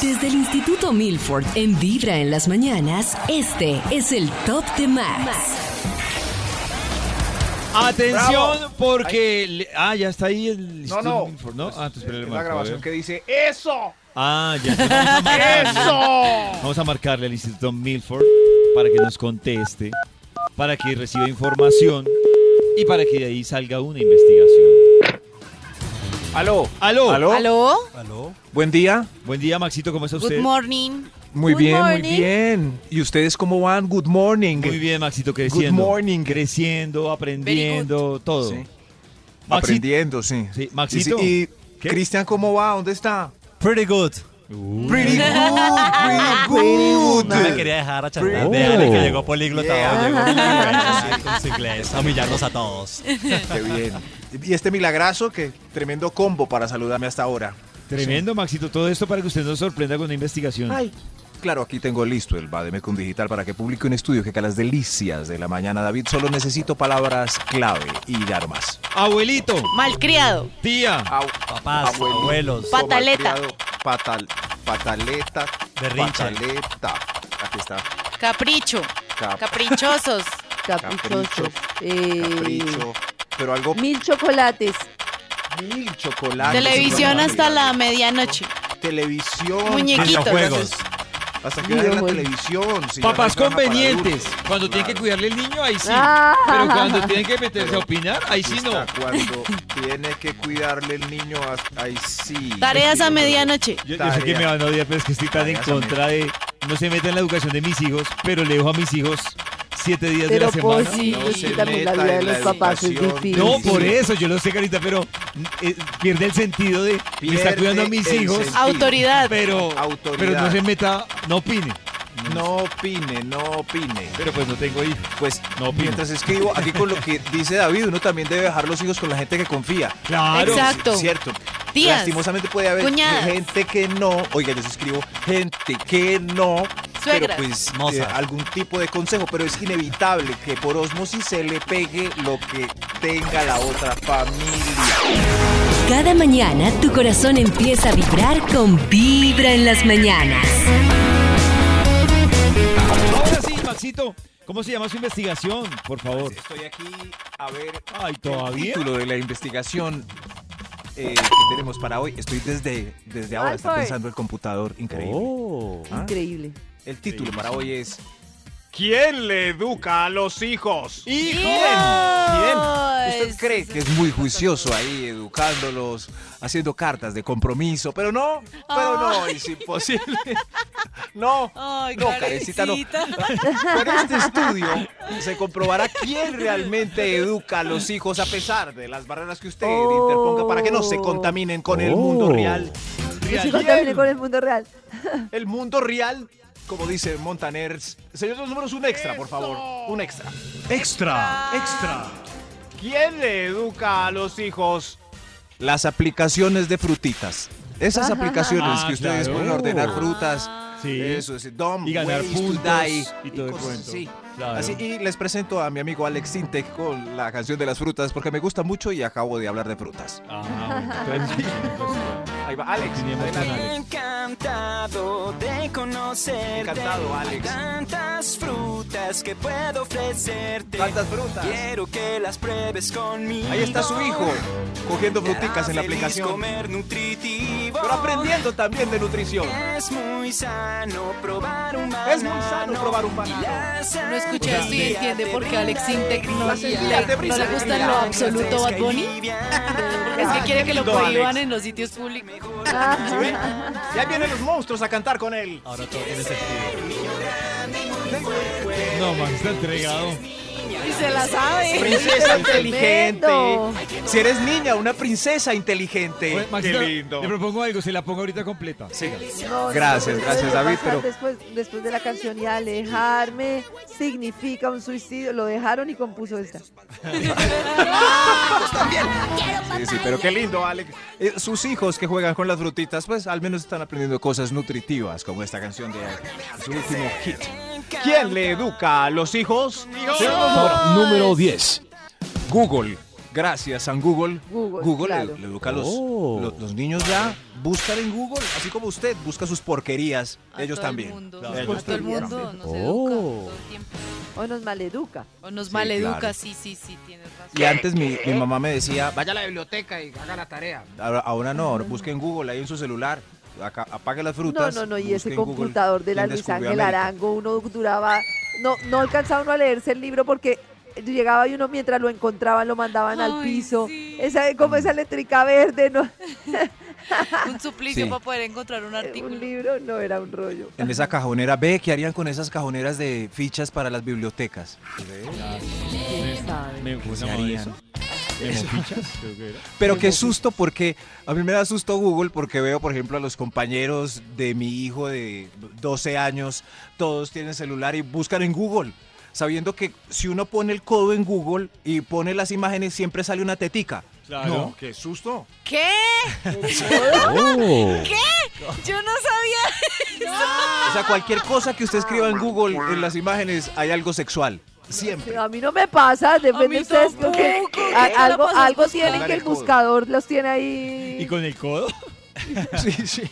Desde el Instituto Milford en Vibra en las mañanas, este es el Top de Max. Atención, Bravo. porque. le- ah, ya está ahí el. No, no. Instituto ¿no? Ah, entonces, espera, le Es marco, la a grabación ver. que dice ¡Eso! Ah, ya. entonces Vamos a, marcarle, ¡Eso! vamos a marcarle al Instituto Milford para que nos conteste, para que reciba información y para que de ahí salga una investigación. Aló. Aló. Aló. ¿Aló? Buen día. Buen día, Maxito, ¿cómo está Good usted? morning. Muy Good bien, morning. muy bien. ¿Y ustedes cómo van? Good morning. Muy bien, Maxito, creciendo. morning. Creciendo, aprendiendo, todo. Sí. Maxito. Aprendiendo, sí. Sí, Maxito. ¿Y, si- y ¿Qué? Cristian cómo va? ¿Dónde está? Pretty good. Pretty good, pretty good. No me quería dejar achatar Pretty de Ale que good. llegó políglota Yeah. hoy, llegó bilingüe, sí, con su inglés, a humillarnos a todos. Qué bien. Y este milagrazo, que tremendo combo para saludarme hasta ahora. Tremendo, Maxito, todo esto para que usted nos sorprenda con una investigación. Claro, aquí tengo listo el Bademecum Digital para que publique un estudio que a las delicias de la mañana, David. Solo necesito palabras clave y dar más. Abuelito, Malcriado. tía. Ah, Papás, Abuelito. abuelos, Pa- Pataleta. malcriado, Patal, pataleta. Berrinche. Pataleta. Aquí está. Capricho. Cap- Caprichosos. Capricho. Eh, Capricho. Pero algo Mil chocolates. mil chocolate. Televisión hasta la medianoche. Televisión. Muñequitos. Videojuegos. Hasta que vean la Videojuegos. televisión. si ya no hay Papás programa para convenientes. adultos. Cuando tienen que Claro. cuidarle al niño, ahí sí. Ah. Pero cuando tienen que meterse a opinar, ahí sí no. Está Cuando tiene que cuidarle el niño, a- ahí sí. Tareas a medianoche. Yo, yo sé Tarea. que me van a odiar, pero es que estoy tan en Tarea, contra de. No se meta en la educación de mis hijos, pero le dejo a mis hijos siete días de la Pero semana. posible, no es que se también la meta vida de en la los papás es educación. difícil. No, pues Sí, por sí. eso, yo lo sé, Carita, pero eh, pierde el sentido de. Me está Pierde cuidando a mis el hijos, sentido. Autoridad. pero, Autoridad. pero no se meta, no opine. No opine, no opine. Pero pues no tengo hijos. Pues No opino. mientras escribo, aquí con lo que dice David, uno también debe dejar los hijos con la gente que confía. Claro. Exacto. Es Cierto. Tías. Lastimosamente puede haber Cuñadas. gente que no. Oiga, yo sí escribo gente que no. Suegras. Pero pues eh, Mozas. algún tipo de consejo, pero es inevitable que por osmosis se le pegue lo que tenga la otra familia. Cada mañana tu corazón empieza a vibrar con Vibra en las mañanas. Ahora sí, Maxito, ¿cómo se llama su investigación? Por favor. Estoy aquí a ver Ay, el todavía. título de la investigación eh, que tenemos para hoy. Estoy desde, desde ahora, está Alfred. pensando el computador, increíble. ¿Ah? Increíble. El título para hoy es ¿Quién le educa a los hijos? ¡Hijo! ¿Usted cree que es muy juicioso ahí educándolos, haciendo cartas de compromiso? Pero no, pero no, es imposible. No, Ay, no, Karencita, no. Karencita. Con este estudio se comprobará quién realmente educa a los hijos a pesar de las barreras que usted Oh. interponga para que no se contaminen con el mundo real. Que se contamine con el mundo real. El mundo real, como dice Montaner. Señor de los números, un extra, por favor. Un extra. Extra, extra. ¿Quién le educa a los hijos? las aplicaciones de frutitas. Esas aplicaciones Ah, que ustedes claro. pueden ordenar frutas. Sí. Eso es dumb Y ganar ways to puntos die, y todo el cosas cuento. así. Claro. Así, y les presento a mi amigo Alex Sintec con la canción de las frutas porque me gusta mucho y acabo de hablar de frutas. Ah, bueno, entonces, Ahí va Alex. Teníamos adelante. Alex. Encantado de conocerte. Encantado, Alex. Tantas frutas que puedo ofrecerte. Tantas frutas. Quiero que las pruebes conmigo. Ahí está su hijo cogiendo Te hará fruticas en la feliz aplicación. comer nutritivo. Pero aprendiendo también de nutrición. Es muy sano probar un banano. Es muy sano probar un banano. No escuché esto y entiende por qué Alex Intec no, Las semillas de le, no brisa le de gusta en lo vida. absoluto Bad Bunny. Es que quiere que lo lindo, prohíban Alex. en los sitios públicos. Ya vienen los monstruos a cantar con él. Ahora todo tiene sentido. No, Max está entregado. Y se la sabe. Princesa inteligente. Tremendo. Si eres niña, una princesa inteligente. Maxito, lindo. le propongo algo, se la pongo ahorita completa. Siga. No, no, Gracias, no, gracias, no, David, pasar pero- Después, después de la canción y alejarme significa un suicidio. Lo dejaron y compuso esta. Sí, sí, pero qué lindo, Alex. Eh, sus hijos que juegan con las frutitas, pues al menos están aprendiendo cosas nutritivas, como esta canción de su último hit. ¿Quién le educa a los hijos? Top número 10. Google. Gracias a Google. Google, le- claro. le, educa a los, Oh. lo- los niños ya. Buscan en Google, así como usted busca sus porquerías. ellos también. Claro. A todo el mundo nos educa todo el tiempo. O nos maleduca. O nos Oh. Sí, maleduca, claro. sí, sí, sí, tienes razón. Y antes mi, mi mamá me decía, vaya a la biblioteca y haga la tarea. Ahora, ahora no, ahora busque en Google, ahí en su celular. Acá- apague las No, frutas. no, no. Y busque ese en Google computador de la quién Luis descubrió Ángel América. Arango, uno duraba. No, no alcanzaba uno a leerse el libro porque llegaba y uno mientras lo encontraban lo mandaban al Ay, piso. sí. Esa, como esa eléctrica verde, no. Un suplicio Sí. para poder encontrar un artículo. Un libro no era un rollo. En esa cajonera, ve qué harían con esas cajoneras de fichas para las bibliotecas. ¿Me gusta harían? eso? ¿Me fichas? Creo que era. Pero qué susto porque a mí me da susto Google porque veo, por ejemplo, a los compañeros de mi hijo de 12 años, todos tienen celular y buscan en Google, sabiendo que si uno pone el codo en Google y pone las imágenes siempre sale una tetica. Claro. No, qué susto. ¿Qué? Oh. Yo no sabía. O sea, cualquier cosa que usted escriba en Google, en las imágenes hay algo sexual. Siempre. A mí no me pasa, depende mí de ustedes. tampoco, porque ¿qué a- se la algo pasan algo tienen buscando? que el buscador los tiene ahí. ¿Y con el codo? Sí, sí.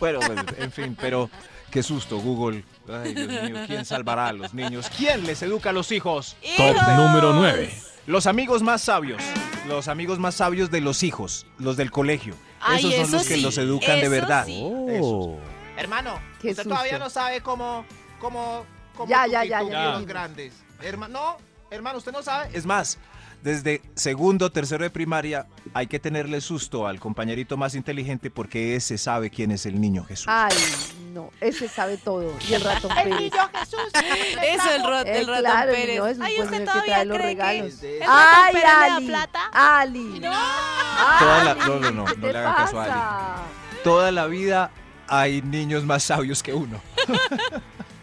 Bueno, bueno, en fin, pero qué susto Google. Ay, Dios mío, ¿quién salvará a los niños? ¿Quién les educa a los hijos? Top número 9. Los amigos más sabios. Los amigos más sabios de los hijos, los del colegio. Ay, Esos son eso los que sí, los educan de eso verdad. sí. Esos. Hermano, Qué usted todavía susto. no sabe cómo, cómo, cómo Ya, tu ya, actitud ya, con ya, los ya. grandes. Hermano, no, hermano, usted no sabe. Es más, desde segundo, tercero de primaria, hay que tenerle susto al compañerito más inteligente porque ese sabe quién es el niño Jesús. Ay, no, ese sabe todo. Y el ratón Pérez. Eso, el, rot, Eh, el ratón claro, Pérez. No, es un Ay, buen usted niño que todavía trae los cree que regalos. el Ay, ratón Pérez le da Ali. plata. Ali. Toda la- Ali, no, no, no, ¿qué no te le hagan caso a Ali. pasa? Toda la vida hay niños más sabios que uno.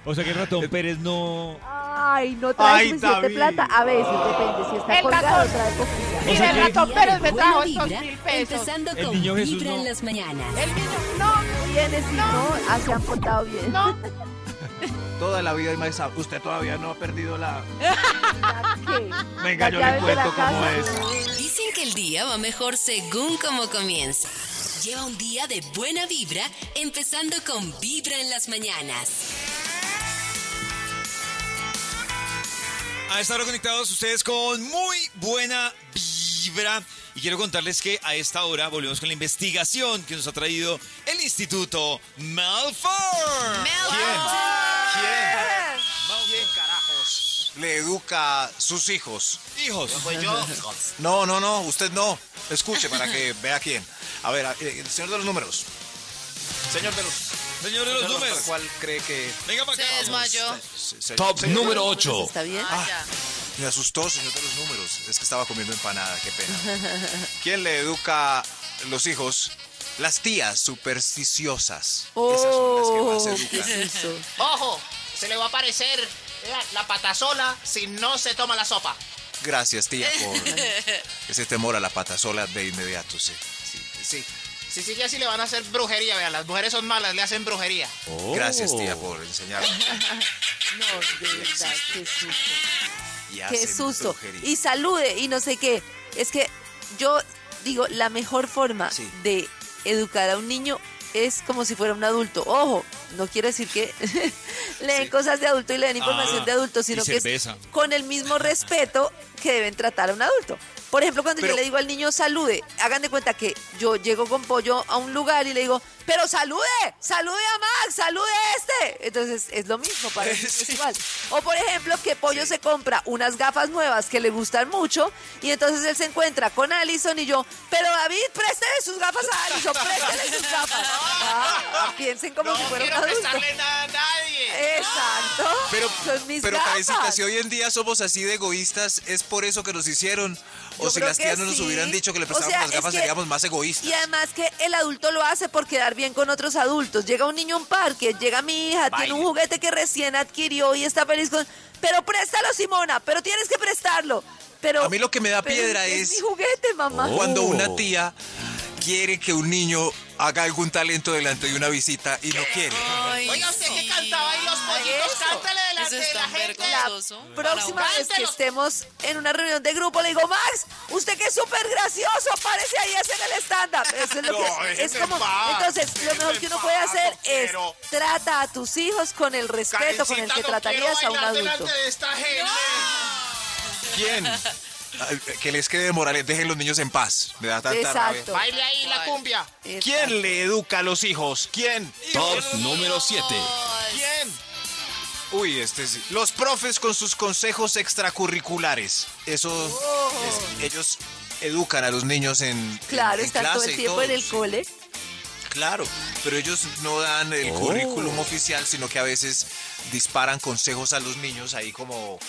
O sea que el ratón Pérez no. Ay, no Ay, trae suficiente David. plata. A veces, depende. Si está El colgado, ratón. trae poquita. O sea que ratón Pérez me Buena trajo vibra, estos mil pesos. Empezando El con niño Vibra Jesús no. en las mañanas. El niño, no, Tienes y no, ah, se han portado bien. no. Toda la vida hay más sabios. Usted todavía no ha perdido la... ¿Qué? Venga, Las yo le llaves de la cuento cómo casa. es. Dicen que el día va mejor según como comienza. Lleva un día de buena vibra, empezando con Vibra en las mañanas. a estar conectados ustedes con muy buena vibra. Y quiero contarles que a esta hora volvemos con la investigación que nos ha traído el Instituto Malfour. ¿Quién carajos le educa a sus hijos? Hijos. No, no, no, usted no. Escuche para que vea quién. A ver, a- eh, el señor de los números. Señor de los, Señor de los números. ¿Cuál cree que...? Venga para acá. Se desmayó. se- se- señor Top de los número números? 8. ¿Está bien? Me asustó, señor de los números. Es que estaba comiendo empanada, qué pena. ¿Quién le educa a los hijos? Las tías supersticiosas. Oh. Esas Oh, son las que más educan. Ojo, se le va a aparecer la, pata sola si no se toma la sopa. Gracias, tía, por ese temor a la patasola de inmediato, sí. sí, Pues sí. Si sigue así le van a hacer brujería, vean, las mujeres son malas, le hacen brujería. Gracias, tía, por enseñarme. No, de verdad, qué susto. Y Qué hacen susto. brujería. Y salude y no sé qué. Es que yo digo, la mejor forma Sí. de educar a un niño es como si fuera un adulto. Ojo, no quiero decir que le den Sí. cosas de adulto y le den información Ah, de adulto, y sino que es cerveza. con el mismo respeto que deben tratar a un adulto. Por ejemplo, cuando Pero- yo le digo al niño salude, hagan de cuenta que yo llego con pollo a un lugar y le digo, pero salude, salude a Max, salude a este. Entonces es lo mismo para el niño, es igual. O por ejemplo, que pollo se compra unas gafas nuevas que le gustan mucho y entonces él se encuentra con Allison y yo, pero David, préstele sus gafas a Allison, préstele sus gafas. Ah, piensen como si fuera un adulto. nada a nadie. nadie. Exacto. Pero, Son mis pero gafas. Karencita, si hoy en día somos así de egoístas, ¿es por eso que nos hicieron? O Yo si creo las que tías no nos sí. hubieran dicho que le O prestaban sea, las gafas, es que- seríamos más egoístas. Y además que el adulto lo hace por quedar bien con otros adultos. Llega un niño a un parque, llega mi hija, Baile. tiene un juguete que recién adquirió y está feliz con... Pero préstalo, Simona, pero tienes que prestarlo. Pero, A mí lo que me da pero piedra que es- mi juguete, mamá. Cuando Oh. una tía quiere que un niño haga algún talento delante de una visita y no quiere. Oiga, usted que cantaba ahí los pollitos, Pues cántale delante de la gente. La próxima vez que Cántelos. estemos en una reunión de grupo, le digo, Max, usted que es súper gracioso, párese ahí a hacer el stand-up. Eso es lo No, que es déjenme como. en paz, Entonces, lo déjenme mejor que en uno puede paz, hacer no es quiero. trata a tus hijos con el respeto con Karencita, el que no quiero tratarías a un bailar adulto. delante de esta gente. ¿Quién? Ay, Que les quede morales, dejen los niños en paz. Me da tanta rabia. Exacto. Baile ahí la cumbia. ¿Quién le educa a los hijos? ¿Quién? Top número 7. ¿Quién? Uy, este sí. Los profes con sus consejos extracurriculares. Eso, es- ellos educan a los niños en, Oh. Claro, en- en están clase todo el y tiempo todo. en el cole. Claro, pero ellos no dan el Oh. currículum oficial, sino que a veces disparan consejos a los niños ahí como,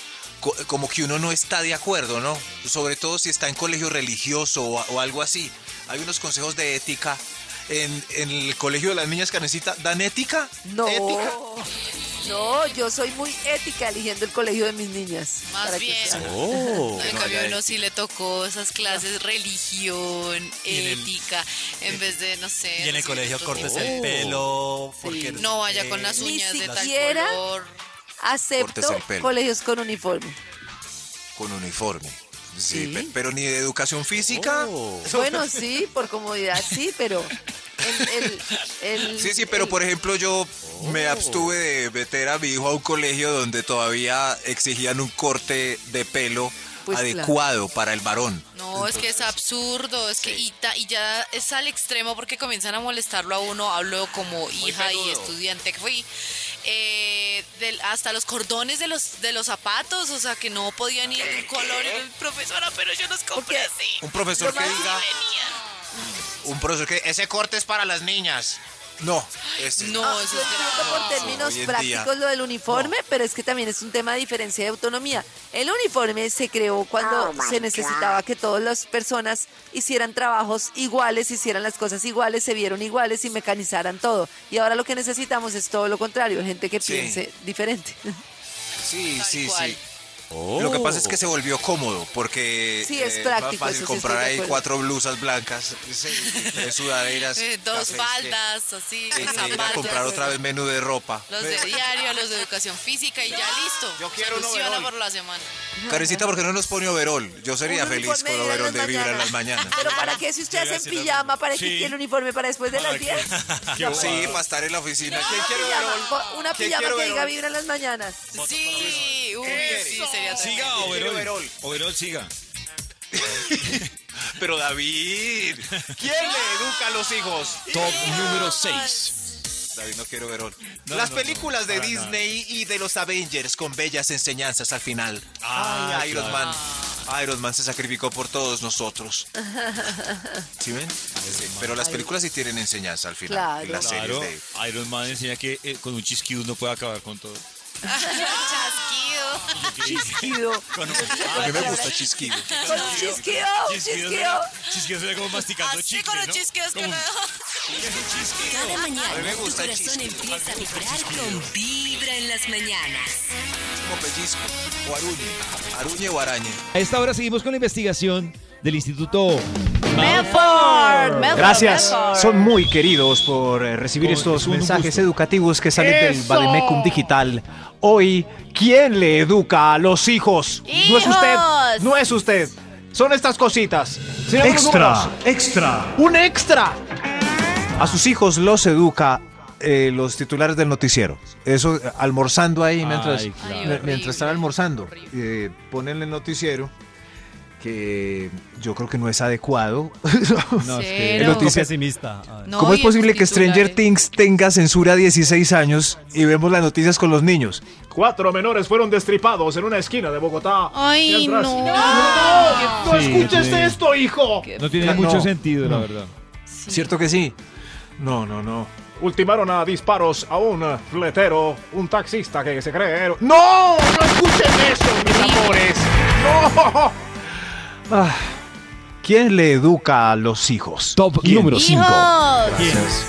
co- como que uno no está de acuerdo, ¿no? Sobre todo si está en colegio religioso o, a- o algo así. Hay unos consejos de ética. En, en el colegio de las niñas canecita, ¿dan ética? No. ¿Ética? No, yo soy muy ética eligiendo el colegio de mis niñas. Más para que bien. sepan. Oh. En no cambio, haya uno sí le tocó esas clases, religión, el- eh, ética, en vez de, no sé. Y en el recibir colegio otro cortes tipo Oh. el de- pelo. Porque No vaya con las eh, uñas de tal siquiera- color. Cortes Acepto el pelo. colegios con uniforme. Con uniforme. Sí, Sí. pe- pero ni de educación física. Oh. Bueno, sí, por comodidad, sí, pero. el- el- el- Sí, sí, pero el- por ejemplo yo Oh. me abstuve de meter a mi hijo a un colegio donde todavía exigían un corte de pelo Pues claro. adecuado para el varón. No, es que es absurdo, es que y, ta- y ya es al extremo porque comienzan a molestarlo a uno, hablo como hija y peludo. estudiante que fui, eh, del- hasta los cordones de los de los zapatos, o sea que no podían ir de un color, y yo, profesora, pero yo los compré así. Un profesor que diga, venían". un profesor que ese corte es para las niñas. No, ese No, Ah, eso yo es entiendo grave. por términos hoy en prácticos lo del uniforme, pero es que también es un tema de diferencia de autonomía. El uniforme se creó cuando se necesitaba que todas las personas hicieran trabajos iguales, hicieran las cosas iguales, se vieron iguales y mecanizaran todo. Y ahora lo que necesitamos es todo lo contrario, gente que Sí. piense diferente. Sí, Tal sí, cual. sí. Lo que pasa es que se volvió cómodo porque Oh. Sí, es más práctico, fácil eso sí comprar estoy de ahí acuerdo. cuatro blusas blancas, sí, y tres sudaderas, Eh, dos cafés que- faldas, así, que- que ir a zapatos. comprar otra vez menú de ropa. Los de diario, los de educación física y ya listo. Yo quiero un Soluciona overall. por la semana. Carecita, porque no nos pone overol? Yo sería Un feliz uniforme con de vibra en overol de las vibra en las mañanas. mañanas. Pero ¿para qué si usted hace en pijama? ¿Para qué quiere uniforme para después de las 10? Sí, para estar en la oficina. ¿Quién Una quiere overol? pijama, una ¿Quién pijama quiere que diga overol? vibra en las mañanas. Sí, uy, sí, sería Siga, tremendo. Quiero Overol. overol. Overol, siga. Pero David, ¿quién le educa a los hijos? Top número 6. David no quiero overol. No, Las no, no, películas de para Disney y de los Avengers con bellas enseñanzas al final. Ah, Iron Man. Iron Man se sacrificó por todos nosotros. ¿Sí ven? Sí, pero las películas sí tienen enseñanza al final. Claro. en las Claro, series de- Iron Man enseña que eh, con un chisquido uno puede acabar con todo. Chasquido. Chisquido. A mí me gusta Chisquido. Con un chisquido, un chisquido. Chisquido sería como masticando Así con chicle, los ¿no? chisqueos que Como- Cada mañana A mí me tu gusta el corazón chiste. empieza a vibrar con Vibra en las mañanas. Como pellizco. O aruñe. Aruñe o arañe. A esta hora seguimos con la investigación del Instituto Melford, Melford, Gracias, Melford. son muy queridos por eh, recibir Oh, estos es un mensajes gusto. educativos que salen del ¡Eso! Bademecum Digital. Hoy, ¿quién le educa a los hijos? No es usted, ¡Hijos! no es usted. Son estas cositas. Señor Extra, Números, extra. un extra. A sus hijos los educa eh, los titulares del noticiero. Eso, eh, almorzando ahí mientras, Ay, claro. Ay, mi- mientras están almorzando. horrible. Eh, ponen el noticiero que yo creo que no es adecuado. No, es que- El Pero- noticia pesimista. Ah, A ver. No, ¿Cómo es y eh. posible esos que Stranger titulares. Things tenga censura a 16 años y vemos las noticias con los niños? Cuatro menores fueron destripados en una esquina de Bogotá. Ay, Mientras- no. ¡No! ¡No Sí, escuches sí. esto, hijo! Eh, No tiene Ah, No. mucho sentido, la verdad. ¿Cierto que sí? No, no, no. Ultimaron a disparos a un fletero, un taxista que se cree. héroe. ¡No! ¡No escuchen eso, mis amores! ¡No! Ah, ¿Quién le educa a los hijos? Top número cinco. ¡Hijos!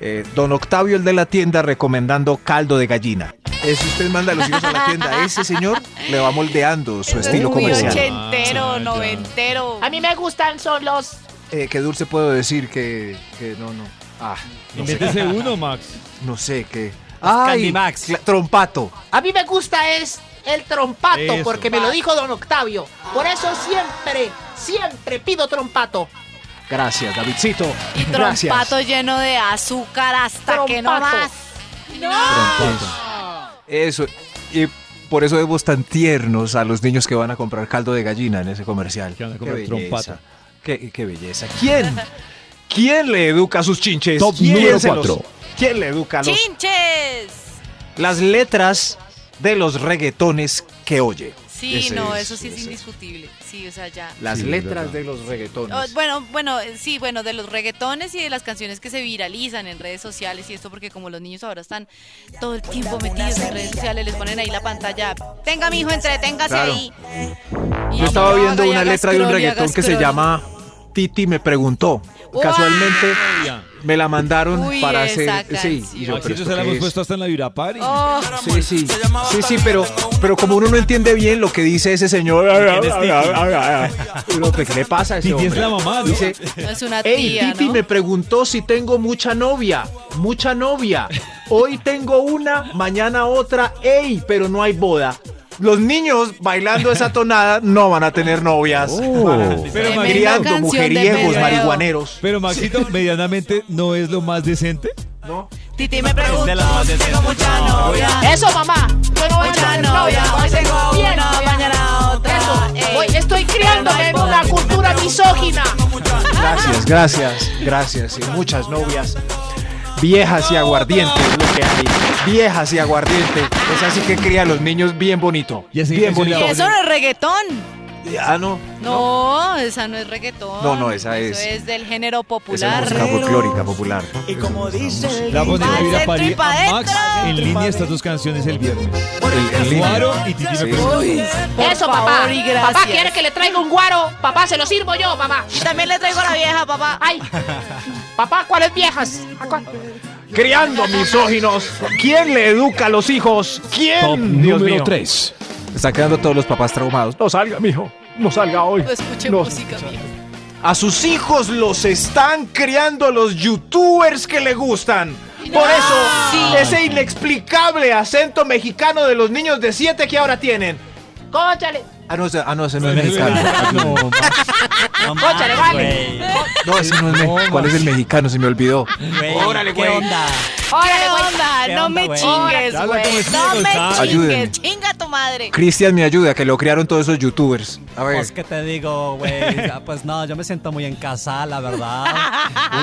Eh, don Octavio, el de la tienda, recomendando caldo de gallina. Eh, si usted manda a los hijos a la tienda, ese señor le va moldeando su estilo Muy comercial. Ah, ochentero, noventero. A mí me gustan son los... Eh, qué dulce puedo decir que, que no, no. Ah, no sé. Invéntese uno, Max. No sé qué. Candy ¡Ay! Max. cla- Trompato. A mí me gusta es el trompato, Eso. porque me lo dijo don Octavio. Por eso siempre, siempre pido trompato. Gracias, Davidcito. Y Gracias. trompato lleno de azúcar hasta que no Trompato. más. Eso. Y por eso vemos tan tiernos a los niños que van a comprar caldo de gallina en ese comercial. van a comprar qué trompato. belleza. Qué, qué belleza. ¿Quién? ¿Quién le educa a sus chinches? Top ¿Quién número se los- cuatro. ¿Quién le educa a los ¡Chinches! las letras de los reggaetones que oye. Sí, Ese no, es, eso sí es ese indiscutible. Sí, o sea, ya. Las Sí, es letras verdad. de los reggaetones. Oh, bueno, bueno, eh, sí, bueno, de los reggaetones y de las canciones que se viralizan en redes sociales y esto porque como los niños ahora están todo el tiempo metidos en redes sociales, les ponen ahí la pantalla. Tenga, mijo, entreténgase Claro. ahí. Yo estaba haga viendo y una haga letra de un scroll y haga reggaetón que se scroll. llama Titi me preguntó. ¡Guau! Casualmente me la mandaron Uy, para esa hacer. Sí, y yo, Maxito, pero ¿esto se la qué hemos es? puesto hasta en la Virapari. Oh. Sí, sí, sí, sí, pero, pero como uno no entiende bien lo que dice ese señor, ¿Quién es Titi? uno, ¿qué le pasa a ese Titi es hombre? la mamá, ¿no? Dice, No es una Ey, tía, Titi ¿no? me preguntó si tengo mucha novia, mucha novia. Hoy tengo una, mañana otra. Ey, pero no hay boda. Los niños bailando esa tonada no van a tener novias. Pero Maxito- criando mujeriegos, marihuaneros. Pero Maxito, medianamente, ¿no es lo más decente? Titi me preguntó si tengo mucha novia. Eso, mamá. Yo no voy a Mucha tener novia, novia. hoy tengo Bien, una, novia. mañana otra. eh". Eso. Ey, Voy- estoy pero no criándome hay en una boda. cultura misógina. Gracias, gracias, gracias. Y muchas novias. Viejas y aguardientes es lo que hay. Viejas y aguardiente. Es así que cría a los niños bien bonito. bien Y bonito. eso no es reggaetón. Ah, no. No, esa no es reggaetón. No, no, esa Eso es- es del género Esa popular. es música folclórica popular. Y como dice La voz de Va al Yadira centro Pari y pa' a Max dentro. en línea estas dos canciones el viernes. El- el- Guaro y Titi me preguntó. Por Eso, papá. favor y gracias. Papá quiere que le traiga un guaro. Papá, se lo sirvo yo, papá. Y también le traigo a la vieja, papá. Ay, papá, ¿cuáles viejas? Ah, ¿A cuál? Criando misóginos. ¿Quién le educa a los hijos? ¿Quién? Top Dios número mío. tres. Están quedando todos los papás traumados. No salga, mijo. No salga hoy. No escuche No. música mía. A sus hijos los están criando los youtubers que le gustan. Por eso, ese inexplicable acento mexicano de los niños de 7 que ahora tienen. Cónchale. Ah, no, ese- ah, no, ese no es No, mexicano. Cónchale, vale. No, ese no es mexicano. ¿Cuál es el mexicano? Se me olvidó. Órale, güey. ¿Qué onda? ¿Qué Órale, güey. onda? ¿Qué No onda, me güey? chingues, Habla como güey. es No negro, me chao. Ayúdenme. chingues. Chinga tu madre. Cristian me ayuda, que lo criaron todos esos youtubers. A ver, Pues, ¿qué te digo, güey? Ah, Pues no, yo me siento muy en casa, la verdad.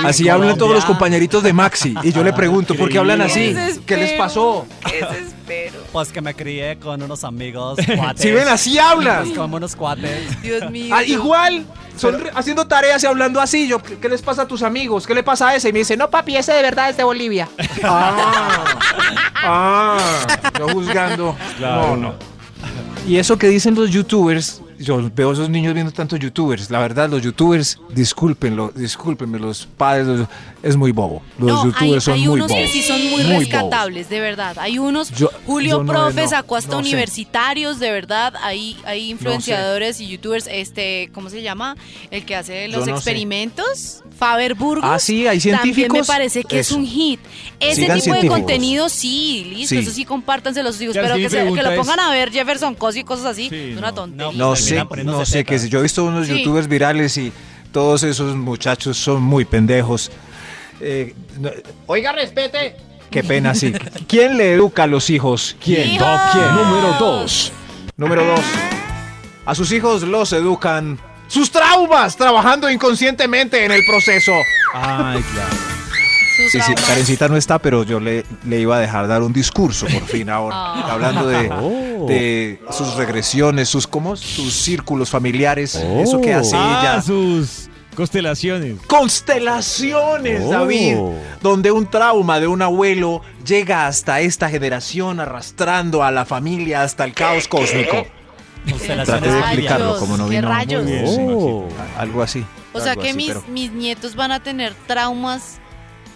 Uy, así en hablan todos los Colombia, compañeritos de Maxi. Y yo le pregunto, ¿por qué hablan así? ¿Qué les pasó? Qué desespero. Pues que me crié con unos amigos cuates. Si ven, así Pues, hablan. como unos cuates. Dios mío. Ah, igual, son re- haciendo tareas y hablando así. Yo, ¿qué, qué les pasa a tus amigos? ¿Qué le pasa a ese? Y me dice, no, papi, ese de verdad es de Bolivia. Ah, ah, yo juzgando. No, Claro. no. Y eso que dicen los youtubers, yo veo esos niños viendo tantos youtubers. La verdad, los youtubers, discúlpenlo, discúlpenme, los padres, los- es muy bobo. Los no, youtubers hay, son hay muy unos que bobos. sí son muy, bobos. rescatables, de verdad. Hay unos Yo- Julio yo no, Profes, no, Acuasta no sé. Universitarios, de verdad. Hay, hay influenciadores y youtubers, este, ¿cómo se llama? El que hace los no sé. experimentos, Faber Burgos. Ah, sí, hay También me científicos. parece que es Eso. un hit. Ese Sigan tipo de científicos. contenido, sí, listo, Sí. eso sí, compártanse los hijos. Ya, Pero sí, que, mi se- que pregunta lo es- pongan a ver Jefferson Cos y cosas así, Sí, es no, una tontería. No sé, Terminan poniéndose no sé qué tetas. sé. Yo he visto unos Sí. youtubers virales y todos esos muchachos son muy pendejos. Eh, no, Oiga, respete. qué pena, sí. ¿Quién le educa a los hijos? ¿Quién? ¡Hijos! ¿Quién? Número dos. Número dos. A sus hijos los educan sus traumas, trabajando inconscientemente en el proceso. Ay, claro. Sus Sí, sí, ramas. Karencita no está, pero yo le, le iba a dejar dar un discurso por fin ahora. Ah. Hablando de, Oh. de sus regresiones, sus, ¿cómo? sus círculos familiares, eso que hace Ah, ella. sus Constelaciones. Constelaciones, Oh. David, donde un trauma de un abuelo llega hasta esta generación arrastrando a la familia hasta el caos cósmico. Traté de explicarlo como no ¿Qué vino. rayos? muy bien, Oh. Maxito. Algo así. O sea algo que así, mis, pero- mis nietos van a tener traumas.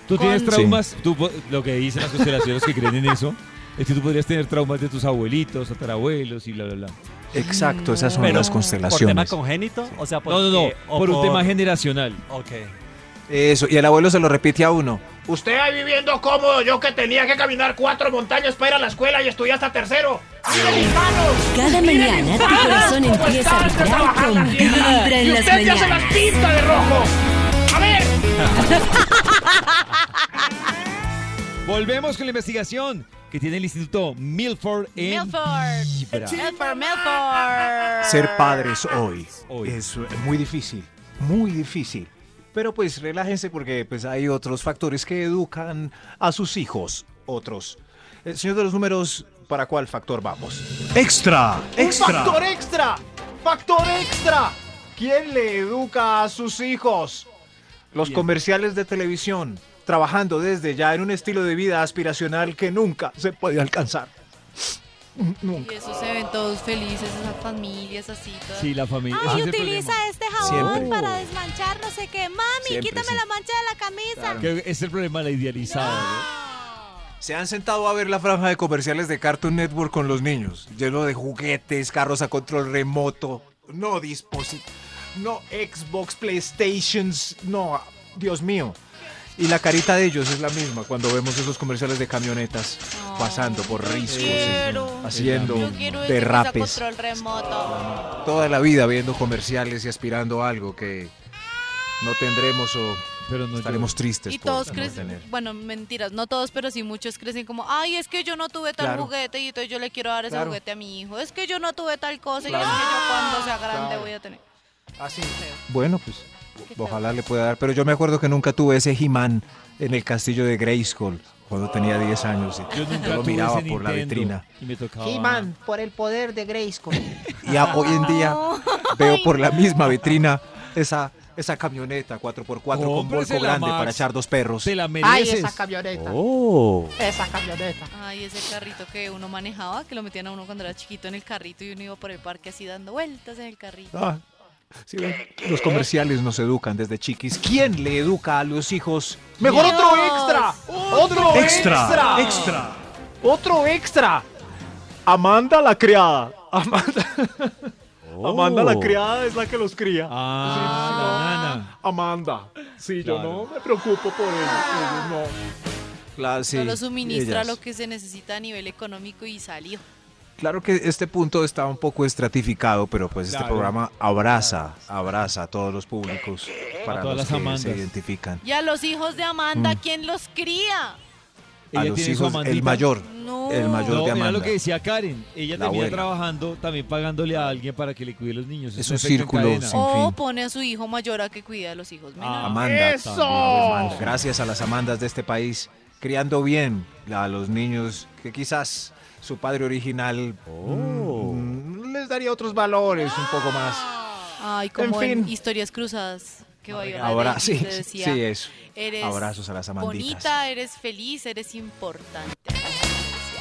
¿Tú tienes con- traumas? Tú, po- lo que dicen las constelaciones que creen en eso es que tú podrías tener traumas de tus abuelitos, tatarabuelos y bla, bla, bla. Exacto, esas son Pero, las ¿por ¿Por tema constelaciones. congénito? O sea, No, no, no, por un tema generacional. Ok. Eso, y el abuelo se lo repite a uno. Usted ahí viviendo cómodo, yo que tenía que caminar cuatro montañas para ir a la escuela y estudié hasta tercero. Cada mañana tu corazón empieza a vibrar con vibra en las mañanas. pinta de rojo. A ver. Volvemos con la investigación que tiene el Instituto Milford en Milford. Vibra. Melford, Melford. Ser padres hoy, es eh, muy difícil, muy difícil. Pero pues relájense porque pues hay otros factores que educan a sus hijos, otros. Eh, señor de los números, ¿para cuál factor vamos? Extra, Un factor extra. Factor extra. ¿Quién le educa a sus hijos? Los comerciales de televisión, trabajando desde ya en un estilo de vida aspiracional que nunca se puede alcanzar. Y eso se ven todos felices, esas familias así. Todas. Sí, la familia. Ah. ese Ay, es el utiliza este jabón Siempre. para desmanchar no sé qué. Mami, Siempre, quítame sí. la mancha de la camisa. problema. Creo que es el problema, la Ah. idealizada. Se han sentado a ver la franja de comerciales de Cartoon Network con los niños, lleno de juguetes, carros a control remoto, no dispositivos, no Xbox, PlayStations, no, Dios mío. Y la carita de ellos es la misma cuando vemos esos comerciales de camionetas pasando por riscos, haciendo Yo quiero ese que usa derrapes. control remoto. Toda la vida viendo comerciales y aspirando a algo que no tendremos o estaremos tristes Y por todos no crecen, tener. bueno, mentiras, no todos, pero sí muchos crecen como, ay, es que yo no tuve tal Claro. juguete y entonces yo le quiero dar ese Claro. juguete a mi hijo. Es que yo no tuve tal cosa Claro. y es que yo cuando sea grande Claro. voy a tener. Ah, Así. Bueno, pues ojalá le pueda dar, pero yo me acuerdo que nunca tuve ese He-Man en el castillo de Grayskull cuando tenía 10 años y Yo nunca lo tuve miraba ese por la Nintendo vitrina. Y me tocaba. He-Man, por el poder de Grayskull. Y a- hoy en día veo por la misma vitrina esa esa camioneta 4x4 con Cómprasela, bolso grande Max. para echar dos perros. Te la Ay, esa camioneta. Oh. Esa camioneta. Ay, ese carrito que uno manejaba, que lo metían a uno cuando era chiquito en el carrito y uno iba por el parque así dando vueltas en el carrito. Ah, sí, ven, los comerciales nos educan desde chiquis. ¿Quién le educa a los hijos? Mejor Dios. otro extra. Otro Extra, extra. extra. Otro extra. Amanda la criada. Amanda, Amanda la Oh. criada es la que los cría. Ah, Amanda. Sí, yo no me preocupo por ellos. ellos no. Claro, sí, Solo suministra ellas. lo que se necesita a nivel económico y salió. Claro que este punto está un poco estratificado, pero pues este Claro. programa abraza, abraza a todos los públicos para todas los las que Amandas. se identifican. Y a los hijos de Amanda, Mm. ¿quién los cría? A Ella los tiene su hijos, el Amandita. mayor, No. el mayor No, de mira Amanda. lo que decía Karen. Ella La termina abuela. trabajando, también pagándole a alguien para que le cuide a los niños. Es un un efecto en círculo cadena. sin O pone a su hijo mayor a que cuide a los hijos menores. Amanda. ¡Eso! también, pues, Gracias a las Amandas de este país, criando bien a los niños que quizás su padre original mm, les daría otros valores un poco más. Ay, como en, Ah. fin. historias cruzadas que Viola Ahora Davis sí, le decía, sí, eso. Eres Abrazos a las amanditas. bonita, eres feliz, eres importante.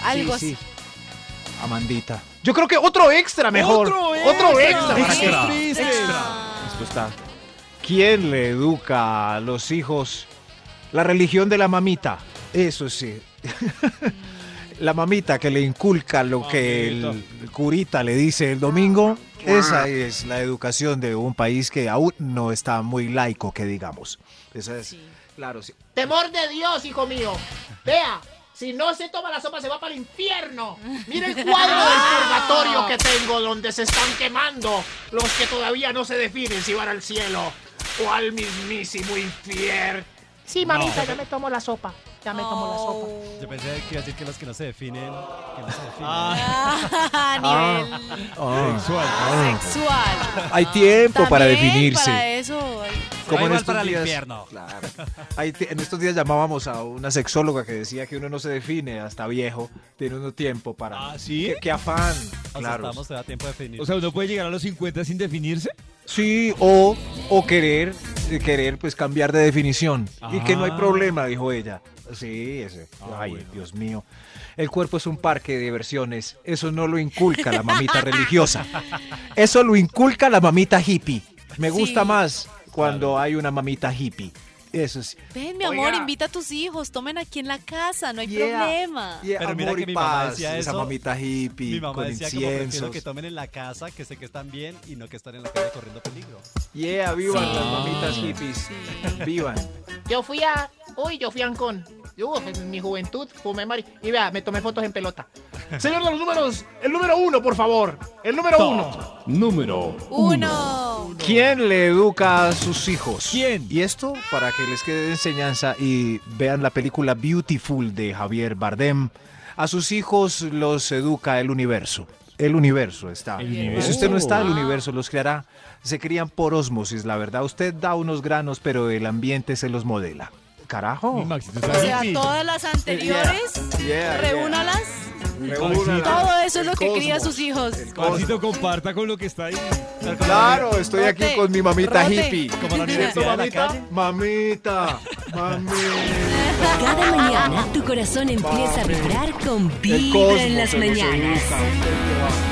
Algo Sí, sí. así. Amandita. Yo creo que otro extra mejor. Otro Otro extra. extra. Extra. ¿Para qué? Extra. Esto está. ¿Quién le educa? A los hijos. La religión de la mamita. Eso sí. la mamita que le inculca lo que el curita le dice el domingo. Esa es la educación de un país que aún no está muy laico, que digamos. Esa es. Claro, sí. Temor de Dios, hijo mío. Vea, si no se toma la sopa, se va para el infierno. Mira el cuadro del purgatorio que tengo donde se están quemando los que todavía no se definen si van al cielo o al mismísimo infierno. Sí, mamita, No. ya me tomo la sopa. Ya me tomo la sopa. Yo pensé que iba a decir que los que no se definen. Que no se definen. Ah, nivel Sexual. sexual. Hay Ah. tiempo para También definirse. Para eso. ay. Como en estos días- Claro. Ahí te- en estos días llamábamos a una sexóloga que decía que uno no se define hasta viejo, tiene uno tiempo para. ¿Qué, qué afán? claro. estamos todavía a tiempo de definir. O sea, uno puede llegar a los 50 sin definirse. Sí, o, o querer eh, querer pues cambiar de definición y que no hay Ah. problema, dijo ella. Sí, ese. Ay, Dios mío. El cuerpo es un parque de diversiones. Eso no lo inculca la mamita religiosa. Eso lo inculca la mamita hippie. Me gusta Sí. más cuando hay una mamita hippie. Eso es. Ven, mi amor, invita a tus hijos, tomen aquí en la casa, no hay Yeah. problema. Yeah, Pero mira amor que y mi mamá paz, decía esa eso. mamita hippie Mi mamá con decía como prefiero inciensos. que tomen en la casa, que sé que están bien y no que están en la calle corriendo peligro. Yeah, vivan Sí. las mamitas hippies. Vivan. Yo fui a. Uy, yo fui a Ancón. Yo, en mi juventud fumé mari. Y vea, me tomé fotos en pelota. Señor de los números, el número uno, por favor. El número uno. Número Uno. ¿Quién le educa a sus hijos? ¿Quién? Y esto para que les quede de enseñanza y vean la película Beautiful de Javier Bardem. A sus hijos los educa el universo. El universo está. Y si usted no está, el universo los creará. Se crían por osmosis, la verdad. Usted da unos granos, pero el ambiente se los modela. Carajo. O sea, todas las anteriores, yeah, reúnalas. Reúnalas. Todo eso es lo El que cría a cosmos. sus hijos. Maxito, comparta con lo que está ahí. Claro, estoy aquí Rote, con mi mamita rote. hippie. Como la universidad de la calle. Mamita, mamita. Cada mañana tu corazón empieza a vibrar con El Vibra cosmos en las se nos mañanas. educa, usted que va.